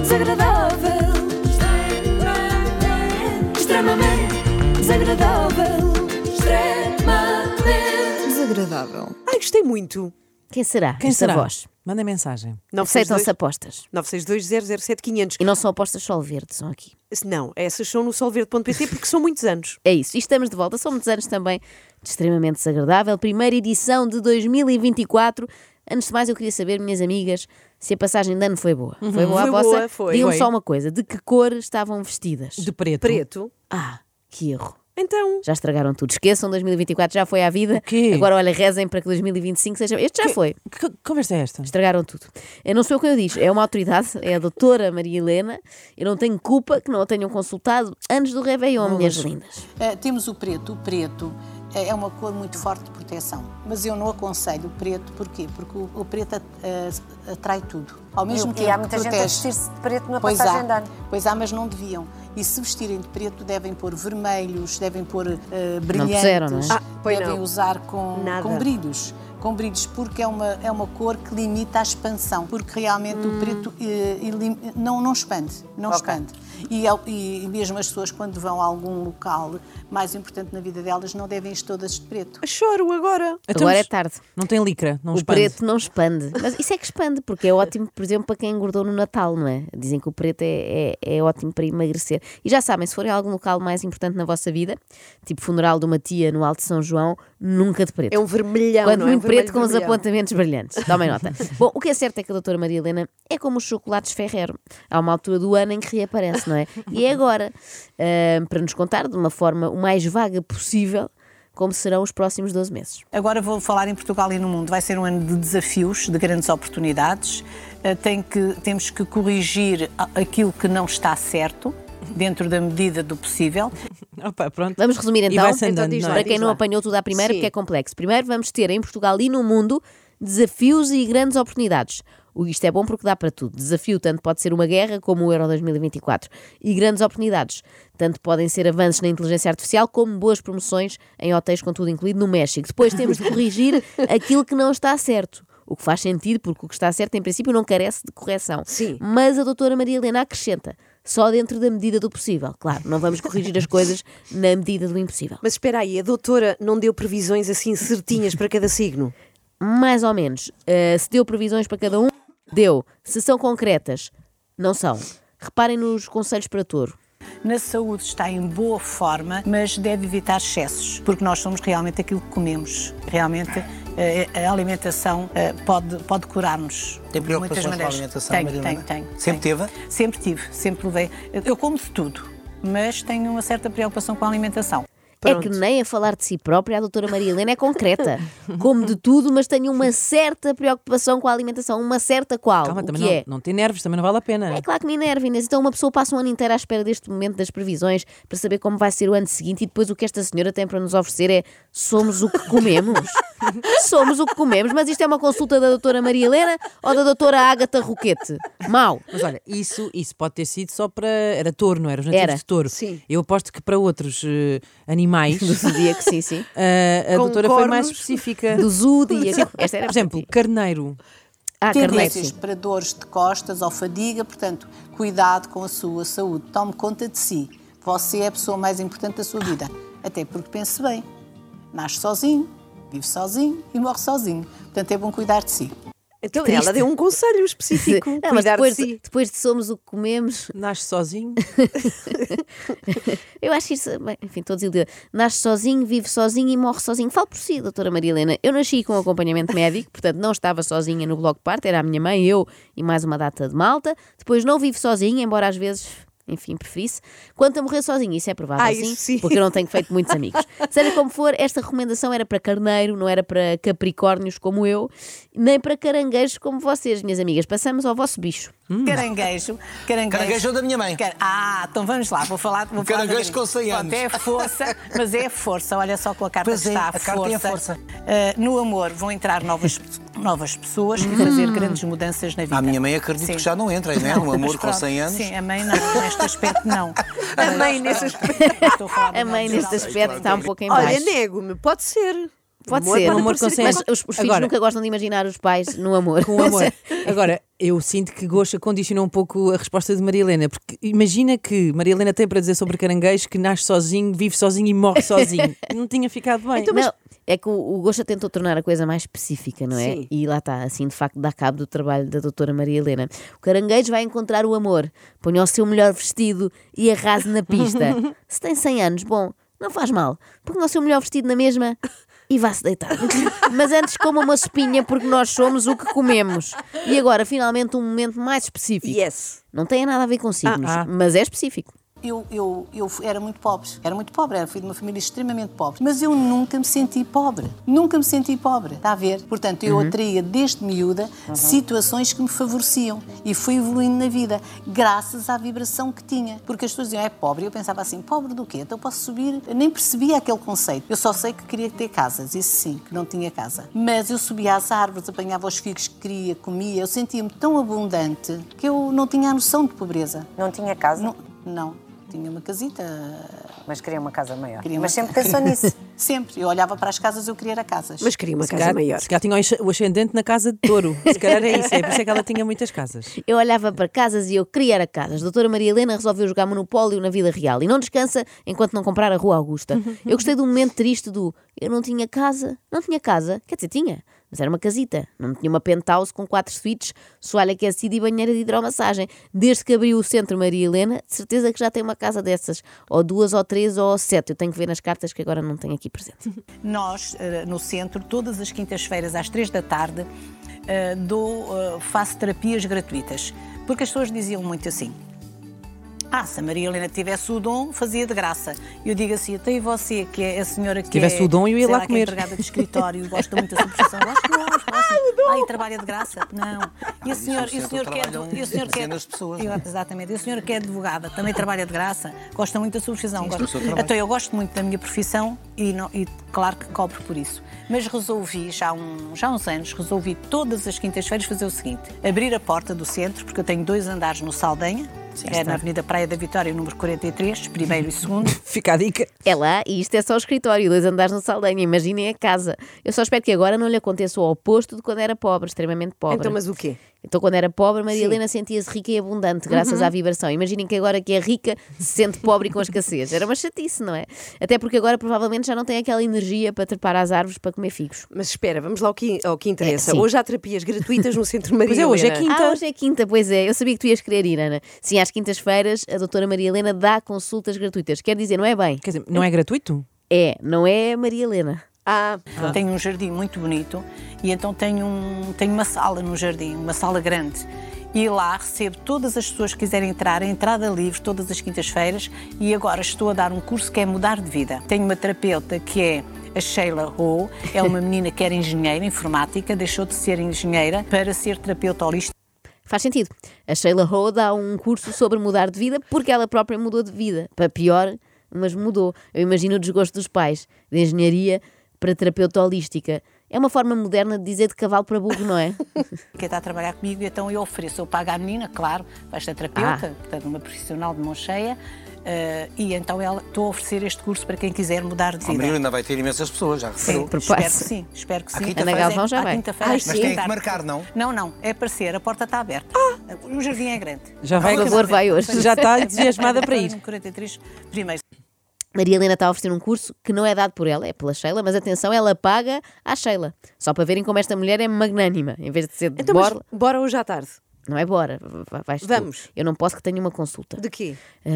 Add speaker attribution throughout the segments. Speaker 1: desagradável. Extremamente desagradável. Extremamente desagradável.
Speaker 2: Ai, gostei muito.
Speaker 3: Quem será?
Speaker 2: Quem
Speaker 3: esta
Speaker 2: será?
Speaker 4: Ah,
Speaker 3: voz?
Speaker 2: Manda mensagem.
Speaker 3: Aceitam-se apostas.
Speaker 2: 962-007-500.
Speaker 3: E não são apostas só verde, são aqui.
Speaker 2: Se Não, essas são no solverde.pt porque são muitos anos.
Speaker 3: É isso. E estamos de volta. São muitos anos também de extremamente desagradável. Primeira edição de 2024. Antes de mais, eu queria saber, minhas amigas, se a passagem de ano foi boa. Foi boa
Speaker 2: Uhum. Foi
Speaker 3: a vossa?
Speaker 2: boa, foi.
Speaker 3: Digam-me
Speaker 2: Foi.
Speaker 3: só uma coisa: de que cor estavam vestidas?
Speaker 2: De preto.
Speaker 4: Preto.
Speaker 3: Ah, que erro.
Speaker 2: Então,
Speaker 3: Já estragaram tudo. Esqueçam, 2024 já foi à vida.
Speaker 2: quê?
Speaker 3: Agora, olha, rezem para que 2025 seja. Este já foi.
Speaker 2: que que conversa é esta?
Speaker 3: Estragaram tudo. Eu não sou o que eu digo, é uma autoridade, é a doutora Maria Helena. Eu não tenho culpa que não a tenham consultado antes do Réveillon, minhas lindas.
Speaker 5: Eh, temos o preto. O preto eh, é uma cor muito forte de proteção. Mas eu não aconselho o preto, porquê? Porque o, o preto eh, atrai tudo. Ao mesmo
Speaker 6: E-
Speaker 5: tempo
Speaker 6: e há
Speaker 5: que
Speaker 6: muita gente a
Speaker 5: protege.
Speaker 6: vestir-se de preto na
Speaker 5: pois
Speaker 6: passagem de
Speaker 5: há,
Speaker 6: ano.
Speaker 5: Pois há, mas não deviam. E se vestirem de preto, devem pôr vermelhos, devem pôr eh, brilhantes.
Speaker 3: puseram, não é?
Speaker 2: Ah, pois
Speaker 5: devem
Speaker 2: não.
Speaker 5: usar com,
Speaker 2: Nada.
Speaker 5: com brilhos. Com brilhos, porque é uma, é uma cor que limita a expansão, porque realmente o preto eh, elim- não, não expande, não expande. E, ao- e mesmo as pessoas, quando vão a algum local mais importante na vida delas, não devem ir todas de preto.
Speaker 2: Choro agora.
Speaker 3: Agora é tarde.
Speaker 4: então Não tem licra, não
Speaker 3: O
Speaker 4: expande.
Speaker 3: preto não expande. Mas isso é que expande, porque é ótimo, por exemplo, para quem engordou no Natal, não é? Dizem que o preto é, é, é ótimo para emagrecer. E já sabem, se forem a algum local mais importante na vossa vida, tipo funeral de uma tia no Alto de São João, nunca de preto.
Speaker 2: É um vermelhão,
Speaker 3: Quando
Speaker 2: não é?
Speaker 3: muito
Speaker 2: um
Speaker 3: preto com os
Speaker 2: vermelho vermelhão.
Speaker 3: apontamentos brilhantes. Tomem nota. Bom, o que é certo é que a doutora Maria Helena é como os chocolates Ferrero. Há uma altura do ano em que reaparece, não é? E é agora, ahm, para nos contar de uma forma o mais vaga possível como serão os próximos 12 meses.
Speaker 5: Agora vou falar em Portugal e no mundo. Vai ser um ano de desafios, de grandes oportunidades. Eh, Tem que, temos que corrigir a- aquilo que não está certo, dentro da medida do possível.
Speaker 4: Opa, pronto.
Speaker 3: Vamos resumir
Speaker 4: E
Speaker 3: então,
Speaker 4: vai-se andando,
Speaker 2: Então diz
Speaker 4: não é?
Speaker 2: lá.
Speaker 3: para quem não apanhou tudo à primeira,
Speaker 2: Sim.
Speaker 3: porque é complexo. Primeiro vamos ter em Portugal e no mundo desafios e grandes oportunidades. O- Isto é bom porque dá para tudo. Desafio tanto pode ser uma guerra como o Euro 2024. E grandes oportunidades. Tanto podem ser avanços na inteligência artificial como boas promoções em hotéis com tudo incluído no México. Depois temos de corrigir aquilo que não está certo. O que faz sentido, porque o que está certo, em princípio, não carece de correção.
Speaker 2: Sim.
Speaker 3: Mas a doutora Maria Helena acrescenta, só dentro da medida do possível. Claro, não vamos corrigir as coisas na medida do impossível.
Speaker 2: Mas espera aí, a doutora não deu previsões assim certinhas para cada signo?
Speaker 3: mais ou menos. Uh, se deu previsões para cada um, deu. Se são concretas, não são. Reparem nos conselhos para touro.
Speaker 5: Na saúde está em boa forma, mas deve evitar excessos, porque nós somos realmente aquilo que comemos. Realmente eh, a alimentação eh, pode, pode curar-nos.
Speaker 7: Tem
Speaker 5: de muitas
Speaker 7: preocupações com a
Speaker 5: maneiras.
Speaker 7: alimentação,
Speaker 5: Tenho,
Speaker 7: Maria
Speaker 5: tenho,
Speaker 7: Helena?
Speaker 5: tenho,
Speaker 7: Sempre
Speaker 5: tenho.
Speaker 7: teve?
Speaker 5: Sempre tive, sempre levei. Eu como de tudo, mas tenho uma certa preocupação com a alimentação.
Speaker 3: É
Speaker 2: Pronto.
Speaker 3: que nem a falar de si própria, a doutora Maria Helena é concreta. Como de tudo, mas tem uma certa preocupação com a alimentação, uma certa qual.
Speaker 4: Calma,
Speaker 3: o
Speaker 4: também
Speaker 3: que
Speaker 4: não,
Speaker 3: é?
Speaker 4: não tem nervos, também não vale a pena.
Speaker 3: É claro que me enerva, Inês. Então uma pessoa passa um ano inteiro à espera deste momento das previsões para saber como vai ser o ano seguinte e depois o que esta senhora tem para nos oferecer é somos o que comemos. somos o que comemos. Mas isto é uma consulta da doutora Maria Helena ou da doutora Ágata Roquete? Mau.
Speaker 4: Mas olha, isso, isso pode ter sido só para. Era touro, não era? Os nativos
Speaker 3: Era.
Speaker 4: de touro.
Speaker 2: Sim.
Speaker 4: Eu aposto que para outros eh, animais,
Speaker 3: Do zodíaco, sim, sim.
Speaker 4: a, a
Speaker 2: Com
Speaker 4: doutora foi mais
Speaker 2: cornos.
Speaker 4: específica.
Speaker 3: Do zodíaco. Esta era
Speaker 4: Por exemplo, carneiro.
Speaker 3: Ah, carneiro,
Speaker 5: Tendências
Speaker 3: sim.
Speaker 5: para dores de costas ou fadiga, portanto, cuidado com a sua saúde. Tome conta de si. Você é a pessoa mais importante da sua vida. Até porque pense bem. Nasce sozinho, vive sozinho e morre sozinho. Portanto, é bom cuidar de si.
Speaker 2: Então ela deu um conselho específico.
Speaker 3: Não, Ah, mas
Speaker 2: cuidar
Speaker 3: depois,
Speaker 2: de si.
Speaker 3: depois de somos o que comemos,
Speaker 4: Nasce sozinho.
Speaker 3: Eu acho isso. Bem, enfim, estou desiludida. Nasce sozinho, vive sozinho e morre sozinho. Falo por si, doutora Maria Helena. Eu nasci com acompanhamento médico, portanto não estava sozinha no bloco de parte, era a minha mãe, eu e mais uma data de malta. Depois não vivo sozinha, embora às vezes. Enfim, preferisse. Quanto a morrer sozinha, isso é provável,
Speaker 2: Ah, isso sim.
Speaker 3: porque eu não tenho feito muitos amigos. Seja como for, esta recomendação era para carneiro, não era para capricórnios como eu, nem para caranguejos como vocês, minhas amigas. Passamos ao vosso bicho.
Speaker 5: Caranguejo, caranguejo.
Speaker 7: Caranguejo é da minha mãe.
Speaker 5: Car- Ah, então vamos lá, vou falar. Vou falar
Speaker 7: Caranguejo
Speaker 5: devagarinho.
Speaker 7: com 100 anos.
Speaker 5: Pronto, é força, mas é força. Olha só com a carta
Speaker 7: Pois
Speaker 5: que
Speaker 7: é,
Speaker 5: está.
Speaker 7: a carta é a força.
Speaker 5: Ah, no amor vão entrar novas, novas pessoas e fazer grandes mudanças na vida.
Speaker 7: A Hum. Ah, minha mãe acredito
Speaker 5: Sim.
Speaker 7: que já não entra, não é? Um amor
Speaker 5: Mas
Speaker 7: com
Speaker 5: pronto,
Speaker 7: 100 anos.
Speaker 5: Sim, é a mãe não, neste aspecto não.
Speaker 2: A mãe nesse aspecto.
Speaker 5: Estou falar de
Speaker 3: A mãe,
Speaker 5: modo
Speaker 3: neste
Speaker 5: geral.
Speaker 3: aspecto, está um pouco em baixo.
Speaker 2: Olha, nego-me, pode ser.
Speaker 3: Pode
Speaker 4: amor,
Speaker 3: ser. é
Speaker 4: com amor, com
Speaker 3: mas
Speaker 4: ciência.
Speaker 3: os, os filhos
Speaker 4: Agora-
Speaker 3: nunca gostam de imaginar os pais no amor.
Speaker 4: Com amor. Agora, eu sinto que Gosha condicionou um pouco a resposta de Maria Helena, porque imagina que Maria Helena tem para dizer sobre caranguejo que nasce sozinho, vive sozinho e morre sozinho. Não tinha ficado bem.
Speaker 3: Não, é que o, o Gosta tentou tornar a coisa mais específica, não é?
Speaker 4: Sim.
Speaker 3: E lá está, assim, de facto, dá cabo do trabalho da doutora Maria Helena. O caranguejo vai encontrar o amor, ponha o seu melhor vestido e arrase na pista. se tem 100 anos, bom, não faz mal, ponha o seu melhor vestido na mesma e vá-se deitar. Mas antes coma uma sopinha porque nós somos o que comemos. E agora, finalmente, um momento mais específico.
Speaker 2: Yes.
Speaker 3: Não tem nada a ver com signos,
Speaker 4: Ah, ah.
Speaker 3: mas é específico.
Speaker 5: Eu, eu, eu fu- era muito pobre, era muito pobre, era filho de uma família extremamente pobre, mas eu nunca me senti pobre, nunca me senti pobre, está a ver? Portanto, eu atraía desde miúda situações que me favoreciam e fui evoluindo na vida, graças à vibração que tinha, porque as pessoas diziam, é pobre, e eu pensava assim, pobre do quê? Então posso subir, eu nem percebia aquele conceito, eu só sei que queria ter casas, isso sim, que não tinha casa, mas eu subia às árvores, apanhava os figos que queria, comia, eu sentia-me tão abundante que eu não tinha a noção de pobreza.
Speaker 6: Não tinha casa,
Speaker 5: Não, não. Tinha uma casita.
Speaker 6: mas queria uma casa maior.
Speaker 5: Queria
Speaker 6: mas
Speaker 5: uma-
Speaker 6: sempre pensou nisso.
Speaker 5: Sempre. Eu olhava para as casas, eu queria era casas.
Speaker 2: Mas queria uma
Speaker 4: Se
Speaker 2: casa
Speaker 4: calhar-
Speaker 2: maior.
Speaker 4: Se calhar tinha o asce- o ascendente na casa de touro. Se calhar é isso. É por isso é que ela tinha muitas casas.
Speaker 3: Eu olhava para casas e eu queria era casas. Doutora Maria Helena resolveu jogar Monopólio na vida real e não descansa enquanto não comprar a Rua Augusta. Eu gostei do momento triste do eu não tinha casa, não tinha casa, quer dizer, tinha, mas era uma casita. Não tinha uma penthouse com quatro suítes, soalho aquecido e banheira de hidromassagem. Desde que abriu o centro Maria Helena, de certeza que já tem uma casa dessas, ou duas, ou três, ou sete. Eu tenho que ver nas cartas que agora não tenho aqui presente.
Speaker 5: Nós, eh, no centro, todas as quintas-feiras, às três da tarde, eh, dou, eh, faço terapias gratuitas. Porque as pessoas diziam muito assim. Ah, se a Maria Helena tivesse o dom, fazia de graça. E Eu digo assim, até e você, que é a senhora que
Speaker 4: tivesse
Speaker 5: é,
Speaker 4: o dom, eu ia
Speaker 5: sei
Speaker 4: lá
Speaker 5: que é
Speaker 4: comer."
Speaker 5: empregada de escritório, gosta muito da subscrição. Gosto, não, gosto. Ah, e trabalha de graça? Não. E a senhora, e o
Speaker 7: 10%
Speaker 5: senhor que é,
Speaker 7: trabalham
Speaker 5: e o senhor que é-
Speaker 7: dezenas de pessoas,
Speaker 5: Eu-
Speaker 7: não é?
Speaker 5: Exatamente. E o senhor que é advogada também trabalha de graça? Gosta muito da subscrição?
Speaker 7: do seu
Speaker 5: Gosta.
Speaker 7: trabalho.
Speaker 5: Então eu gosto muito da minha profissão e, não- e claro que cobro por isso. Mas resolvi, já há, um- já há uns anos, resolvi todas as quintas-feiras fazer o seguinte: abrir a porta do centro, porque eu tenho dois andares no Saldanha, é na Avenida Praia da Vitória, número 43, primeiro e segundo.
Speaker 4: Fica a dica.
Speaker 3: É lá, e isto é só o escritório, dois andares no Saldanha, imaginem a casa. Eu só espero que agora não lhe aconteça o oposto de quando era pobre, extremamente pobre.
Speaker 2: Então, mas o quê?
Speaker 3: Então, quando era pobre, Maria Helena sentia-se rica e abundante, graças
Speaker 2: Uhum.
Speaker 3: à vibração. Imaginem que agora que é rica, se sente pobre e com escassez. Era uma chatice, não é? Até porque agora provavelmente já não tem aquela energia para trepar às árvores para comer figos.
Speaker 2: Mas espera, vamos lá ao que, ao que interessa.
Speaker 3: É, sim.
Speaker 2: hoje há terapias gratuitas no Centro Maria
Speaker 4: Pois é, hoje é
Speaker 2: Helena.
Speaker 4: quinta.
Speaker 3: Ah, hoje é quinta, pois é. Eu sabia que tu ias querer ir, Ana. Sim, às quintas-feiras, a doutora Maria Helena dá consultas gratuitas. Quer dizer, não é bem?
Speaker 4: Quer dizer, não é gratuito?
Speaker 3: É, não é Maria Helena.
Speaker 2: Ah,
Speaker 5: Tenho um jardim muito bonito e então tenho, um- tenho uma sala no jardim, uma sala grande. E lá recebo todas as pessoas que quiserem entrar, a entrada livre todas as quintas-feiras. E agora estou a dar um curso que é mudar de vida. Tenho uma terapeuta que é a Sheila Ho, é uma menina que era engenheira informática, deixou de ser engenheira para ser terapeuta holística.
Speaker 3: Faz sentido. A Sheila Ho dá um curso sobre mudar de vida porque ela própria mudou de vida. Para pior, mas mudou. Eu imagino o desgosto dos pais, de engenharia para terapeuta holística. É uma forma moderna de dizer de cavalo para burro, não é?
Speaker 5: que está a trabalhar comigo, então eu ofereço, eu pago à menina, claro, vai ser terapeuta, portanto, uma profissional de mão cheia, eh, e então ela, estou a oferecer este curso para quem quiser mudar de
Speaker 7: A Maria
Speaker 5: vida.
Speaker 7: Helena vai ter imensas pessoas, já
Speaker 5: Sim,
Speaker 7: reparou.
Speaker 5: espero que
Speaker 3: Prepare-se.
Speaker 5: sim, espero que
Speaker 7: À
Speaker 5: sim.
Speaker 7: quinta-feira.
Speaker 3: Ana Galvão já
Speaker 5: À
Speaker 3: vai.
Speaker 5: quinta-feira,
Speaker 2: Ai,
Speaker 5: às
Speaker 2: sim.
Speaker 7: Mas tem
Speaker 5: quinta.
Speaker 7: que marcar, não? Ah!
Speaker 5: Não, não, é aparecer, a porta está aberta. O jardim é grande. um
Speaker 4: Já vai.
Speaker 3: Por favor, vai hoje.
Speaker 4: Já está entusiasmada para ir.
Speaker 5: 43, primeiro.
Speaker 3: Maria Helena está a oferecer um curso que não é dado por ela, é pela Sheila, mas atenção, ela paga à Sheila. Só para verem como esta mulher é magnânima. Em vez de ser de
Speaker 2: então mas
Speaker 3: borla,
Speaker 2: bora hoje à tarde.
Speaker 3: não é bora. vai- vais tu.
Speaker 2: Vamos.
Speaker 3: Eu não posso que tenha uma consulta.
Speaker 2: De quê?
Speaker 3: Ah,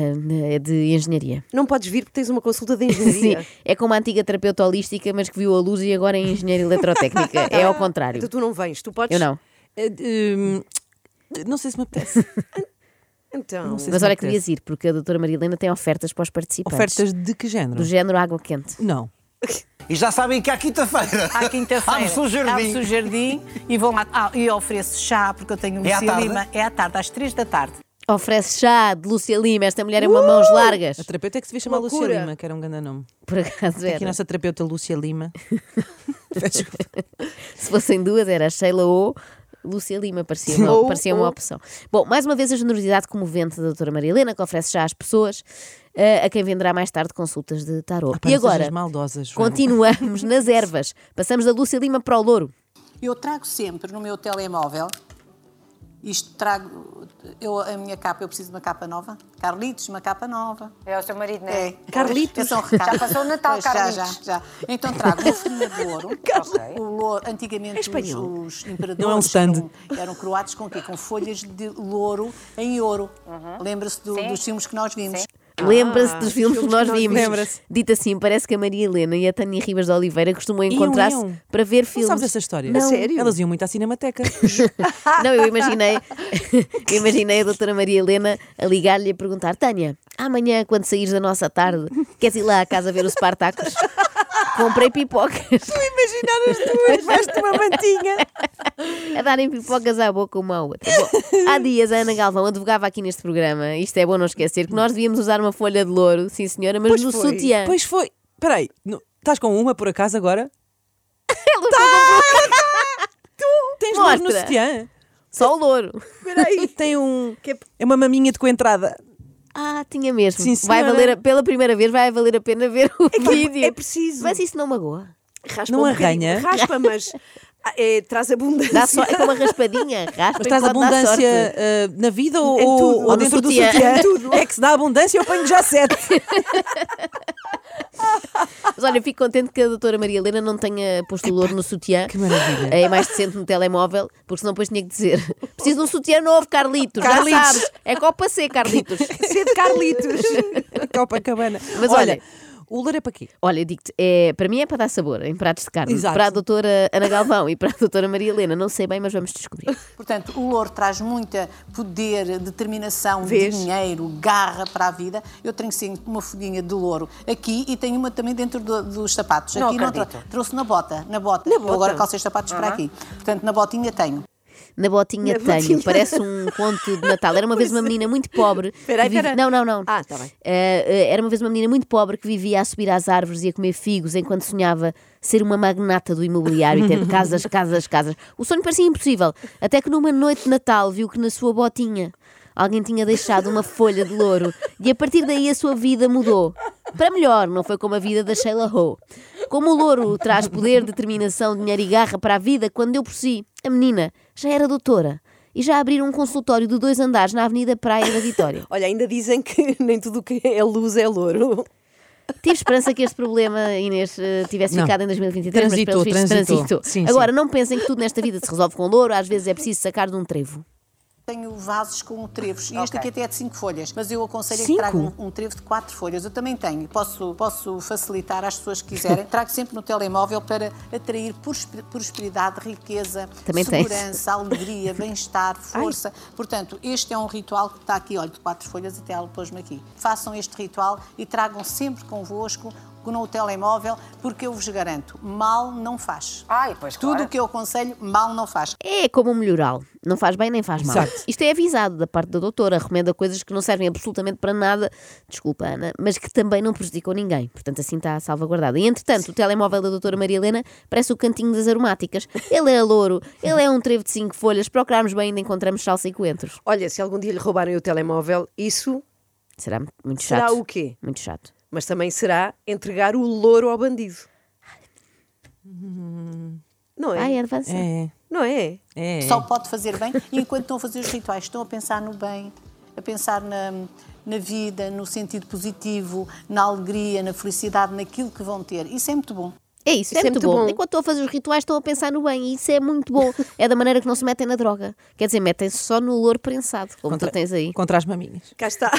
Speaker 3: é de engenharia.
Speaker 2: Não podes vir porque tens uma consulta de engenharia.
Speaker 3: Sim, é como a antiga terapeuta holística, mas que viu a luz e agora é engenheira eletrotécnica. é
Speaker 4: Ah,
Speaker 3: ao
Speaker 2: Então
Speaker 3: contrário.
Speaker 2: tu não vens, tu podes.
Speaker 3: Eu não.
Speaker 4: Eh, hum, Não sei se me apetece.
Speaker 2: Então,
Speaker 4: sei
Speaker 3: Mas
Speaker 4: se
Speaker 3: olha que
Speaker 4: me apetece.
Speaker 3: devias ir, porque a doutora Maria Helena tem ofertas para os participantes.
Speaker 4: Ofertas de que género?
Speaker 3: do género água quente.
Speaker 4: Não.
Speaker 7: E já sabem que à quinta-feira.
Speaker 5: À quinta-feira.
Speaker 7: Abre-se o
Speaker 5: abre-se o
Speaker 7: jardim.
Speaker 5: jardim e vão lá. Ah, e eu ofereço chá, porque eu tenho
Speaker 7: É à
Speaker 5: Lucia
Speaker 7: tarde?
Speaker 5: Lima. É à tarde, às três da tarde.
Speaker 3: Oferece chá de Lúcia Lima, esta mulher é uma mãos largas.
Speaker 4: A terapeuta é que se devia chamar Lúcia
Speaker 2: Loucura.
Speaker 4: Lima, que era um grande nome.
Speaker 3: Por acaso
Speaker 4: Tem aqui a
Speaker 3: era.
Speaker 4: nossa terapeuta Lúcia Lima. Peço desculpa.
Speaker 3: Se fossem duas, era a Sheila ou Lúcia Lima, parecia uma,
Speaker 2: Ou-
Speaker 3: parecia uma
Speaker 2: ou-
Speaker 3: opção. Bom, mais uma vez a generosidade comovente da doutora Maria Helena, que oferece já às pessoas. Eh, eh, a quem venderá mais tarde consultas de tarô.
Speaker 4: pá,
Speaker 3: e
Speaker 4: não sejas
Speaker 3: agora,
Speaker 4: maldosa, Joana.
Speaker 3: continuamos nas ervas. Passamos da Lúcia Lima para o Louro.
Speaker 5: Eu trago sempre no meu telemóvel, isto trago, eu, a minha capa, eu preciso de uma capa nova. Carlitos, uma capa nova.
Speaker 6: É o seu marido, não é?
Speaker 5: É.
Speaker 2: Carlitos.
Speaker 5: Atenção, recado.
Speaker 6: Já passou o Natal,
Speaker 5: Pois, já,
Speaker 6: Carlitos.
Speaker 5: Já, já. Então trago um folhinha de ouro.
Speaker 6: Carlitos.
Speaker 5: O louro, antigamente os,
Speaker 2: espanhol.
Speaker 5: os imperadores
Speaker 4: É Não é um stand.
Speaker 5: Eram, eram croatas com quê? Com folhas de louro em ouro. Lembra-se do-
Speaker 6: Uhum. Sim.
Speaker 5: dos filmes que nós vimos.
Speaker 3: Lembra-se
Speaker 4: Ah,
Speaker 3: dos filmes que
Speaker 2: filmes
Speaker 3: nós
Speaker 2: que nós
Speaker 3: vimos.
Speaker 4: Lembra-se.
Speaker 3: Dito assim, parece que a Maria Helena e a Tânia Ribas de Oliveira costumam encontrar-se
Speaker 4: iam.
Speaker 3: para ver
Speaker 4: Não
Speaker 3: filmes.
Speaker 4: sabes essa é história?
Speaker 2: Não. A sério?
Speaker 4: Elas iam muito à Cinemateca.
Speaker 3: Não, eu imaginei, eu imaginei a doutora Maria Helena a ligar-lhe e a perguntar: Tânia, amanhã, quando saíres da nossa tarde, queres ir lá à casa ver os Spartacus? Comprei pipocas,
Speaker 4: Imaginar as duas, veste uma mantinha.
Speaker 3: a darem pipocas à boca uma à outra. Bom, há dias a Ana Galvão advogava aqui neste programa, isto é bom não esquecer, que nós devíamos usar uma folha de louro, sim senhora, mas no sutiã.
Speaker 4: Pois foi. Peraí, no- estás com uma por acaso agora?
Speaker 3: Ela
Speaker 4: tá!
Speaker 3: pegou
Speaker 4: Tens louro no
Speaker 3: Mostra.
Speaker 4: sutiã?
Speaker 3: só o louro.
Speaker 4: Tem um. É uma maminha de coentrada.
Speaker 3: Ah, tinha mesmo.
Speaker 4: Sim,
Speaker 3: vai
Speaker 4: senhora.
Speaker 3: valer a- pela primeira vez vai valer a pena ver o vídeo.
Speaker 2: é preciso.
Speaker 3: Mas isso não magoa.
Speaker 2: Raspa
Speaker 4: Não
Speaker 2: um bocadinho.
Speaker 4: arranha?
Speaker 2: Raspa, mas ah, é, traz abundância.
Speaker 3: Dá só é com uma raspadinha, raspa
Speaker 4: Mas
Speaker 3: e pode
Speaker 4: traz
Speaker 3: dar
Speaker 4: abundância
Speaker 3: sorte.
Speaker 4: eh, na vida ou,
Speaker 2: Em tudo.
Speaker 4: ou-
Speaker 2: Ou
Speaker 4: ou
Speaker 3: no
Speaker 4: dentro do
Speaker 3: sutiã.
Speaker 4: sutiã?
Speaker 2: Em tudo.
Speaker 4: É que se dá abundância, eu ponho já sete.
Speaker 3: Mas olha, fico contente que a doutora Maria Helena não tenha posto o louro no sutiã.
Speaker 4: que maravilha.
Speaker 3: É mais decente no telemóvel, porque senão depois tinha que dizer: preciso de um sutiã novo, Carlitos.
Speaker 4: Carlitos.
Speaker 3: Já sabes. É copa C, Carlitos.
Speaker 2: Ser de Carlitos.
Speaker 4: Copacabana.
Speaker 3: Mas olha-
Speaker 4: o louro é para quê?
Speaker 3: Olha, eu digo-te, é, para mim é para dar sabor em pratos de carne.
Speaker 4: Exato.
Speaker 3: Para a doutora Ana Galvão e para a doutora Maria Helena, não sei bem, mas vamos descobrir.
Speaker 5: Portanto, o louro traz muita poder, determinação,
Speaker 2: Vês?
Speaker 5: dinheiro, garra para a vida. Eu tenho sempre uma folhinha de louro aqui e tenho uma também dentro do- dos sapatos.
Speaker 6: Não
Speaker 5: aqui
Speaker 6: acredito.
Speaker 5: trou- trouxe na bota, na bota.
Speaker 2: Na
Speaker 5: Eu agora
Speaker 2: bota?
Speaker 5: calcei os sapatos para aqui. Portanto, na botinha tenho.
Speaker 3: Na botinha
Speaker 2: Na
Speaker 3: tenho,
Speaker 2: botinha. é.
Speaker 3: parece um conto de Natal. Era uma vez uma menina muito pobre. que
Speaker 2: Peraí,
Speaker 3: vive-
Speaker 2: peraí.
Speaker 3: Não, não, não.
Speaker 2: Ah, tá bem.
Speaker 3: Eh, eh, era uma vez uma menina muito pobre que vivia a subir às árvores e a comer figos enquanto sonhava ser uma magnata do imobiliário e ter casas, casas, casas. O sonho parecia impossível. Até que numa noite de Natal viu que na sua botinha alguém tinha deixado uma folha de louro e a partir daí a sua vida mudou. Para melhor, não foi como a vida da Sheila Ho. Como o louro traz poder, determinação, dinheiro e garra para a vida, quando deu por si, a menina já era doutora e já abriram um consultório de dois andares na Avenida Praia da Vitória.
Speaker 2: Olha, ainda dizem que nem tudo o que é luz é louro.
Speaker 3: Tive esperança que este problema, Inês, eh, tivesse
Speaker 4: Não.
Speaker 3: ficado em 2023,
Speaker 4: Transitou,
Speaker 3: mas pelos vistos
Speaker 4: transitou.
Speaker 3: transitou.
Speaker 4: Sim, sim.
Speaker 3: Agora, não pensem que tudo nesta vida se resolve com louro, às vezes é preciso sacar de um trevo.
Speaker 5: Tenho vasos com trevos. E este
Speaker 6: Ok.
Speaker 5: aqui até é de 5 folhas. Mas eu aconselho
Speaker 4: Cinco?
Speaker 5: que tragam um, um trevo de 4 folhas. Eu também tenho. Posso, posso facilitar às pessoas que quiserem. Trago sempre no telemóvel para atrair prosper- prosperidade, riqueza,
Speaker 3: Também tens.
Speaker 5: segurança, alegria, bem-estar, força. Portanto, este é um ritual que está aqui, olha, de 4 folhas até ela pôs-me aqui. Façam este ritual e tragam sempre convosco no telemóvel, porque eu vos garanto, mal não faz.
Speaker 6: Ai, pois
Speaker 5: Tudo o
Speaker 6: claro.
Speaker 5: que eu aconselho, mal não faz.
Speaker 3: É como um melhoral. Não faz bem nem faz mal.
Speaker 4: Exato.
Speaker 3: Isto é avisado da parte da doutora. Recomenda coisas que não servem absolutamente para nada. Desculpa, Ana. Mas que também não prejudicam ninguém. Portanto, assim está salvaguardada. E, entretanto, o telemóvel da doutora Maria Helena parece o cantinho das aromáticas. Ele é louro. Ele é um trevo de cinco folhas. Procurarmos bem ainda encontramos salsa e coentros.
Speaker 2: Olha, se algum dia lhe roubarem o telemóvel, isso
Speaker 3: Será mu- muito chato.
Speaker 2: será o quê?
Speaker 3: Muito chato.
Speaker 2: Mas também será entregar o louro ao bandido. Não é?
Speaker 3: Ai, avança.
Speaker 4: É,
Speaker 2: Não é?
Speaker 4: é.
Speaker 3: um,
Speaker 5: Só pode fazer bem e enquanto estão a fazer os rituais, estão a pensar no bem, a pensar na, na vida, no sentido positivo, na alegria, na felicidade, naquilo que vão ter. Isso é muito bom.
Speaker 3: É isso, é,
Speaker 2: Isso é
Speaker 3: muito,
Speaker 2: muito
Speaker 3: bom.
Speaker 2: bom.
Speaker 3: Enquanto estou a fazer os rituais, estou a pensar no bem, e isso é muito bom. É da maneira que não se metem na droga. Quer dizer, metem-se só no louro prensado, como tu então tens aí.
Speaker 4: Contra as maminhas.
Speaker 2: Cá está.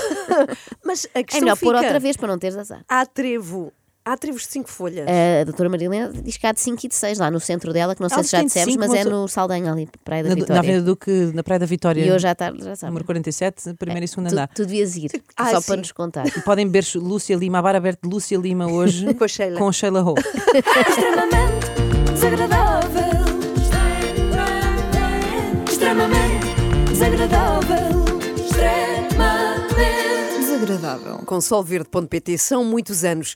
Speaker 2: Mas a questão
Speaker 3: É melhor pôr
Speaker 2: fica,
Speaker 3: outra vez para não teres azar.
Speaker 2: Há trevo. Há trevos de cinco folhas.
Speaker 3: A doutora Marilena diz que há de 5 e de 6 lá no centro dela, que não sei
Speaker 4: uns
Speaker 3: se já
Speaker 4: tem de
Speaker 3: dissemos,
Speaker 4: cinco,
Speaker 3: mas
Speaker 4: mas
Speaker 3: é
Speaker 4: eu-
Speaker 3: no Saldanha ali, Praia da
Speaker 4: Na, na Avenida
Speaker 3: Vitória.
Speaker 4: Duque, na Praia da Vitória.
Speaker 3: E hoje à tarde já sabe.
Speaker 4: Número 47, primeiro e segundo
Speaker 3: Tu,
Speaker 4: andar.
Speaker 3: tu devias ir,
Speaker 2: Ah,
Speaker 3: só
Speaker 2: sim.
Speaker 3: para nos contar.
Speaker 4: E podem beber Lúcia Lima, a bar aberto de Lúcia Lima hoje.
Speaker 2: Com a Sheila.
Speaker 4: Com a Sheila Ho.
Speaker 1: Extremamente desagradável. Extremamente desagradável. Extremamente desagradável.
Speaker 2: Com solverde.pt são muitos anos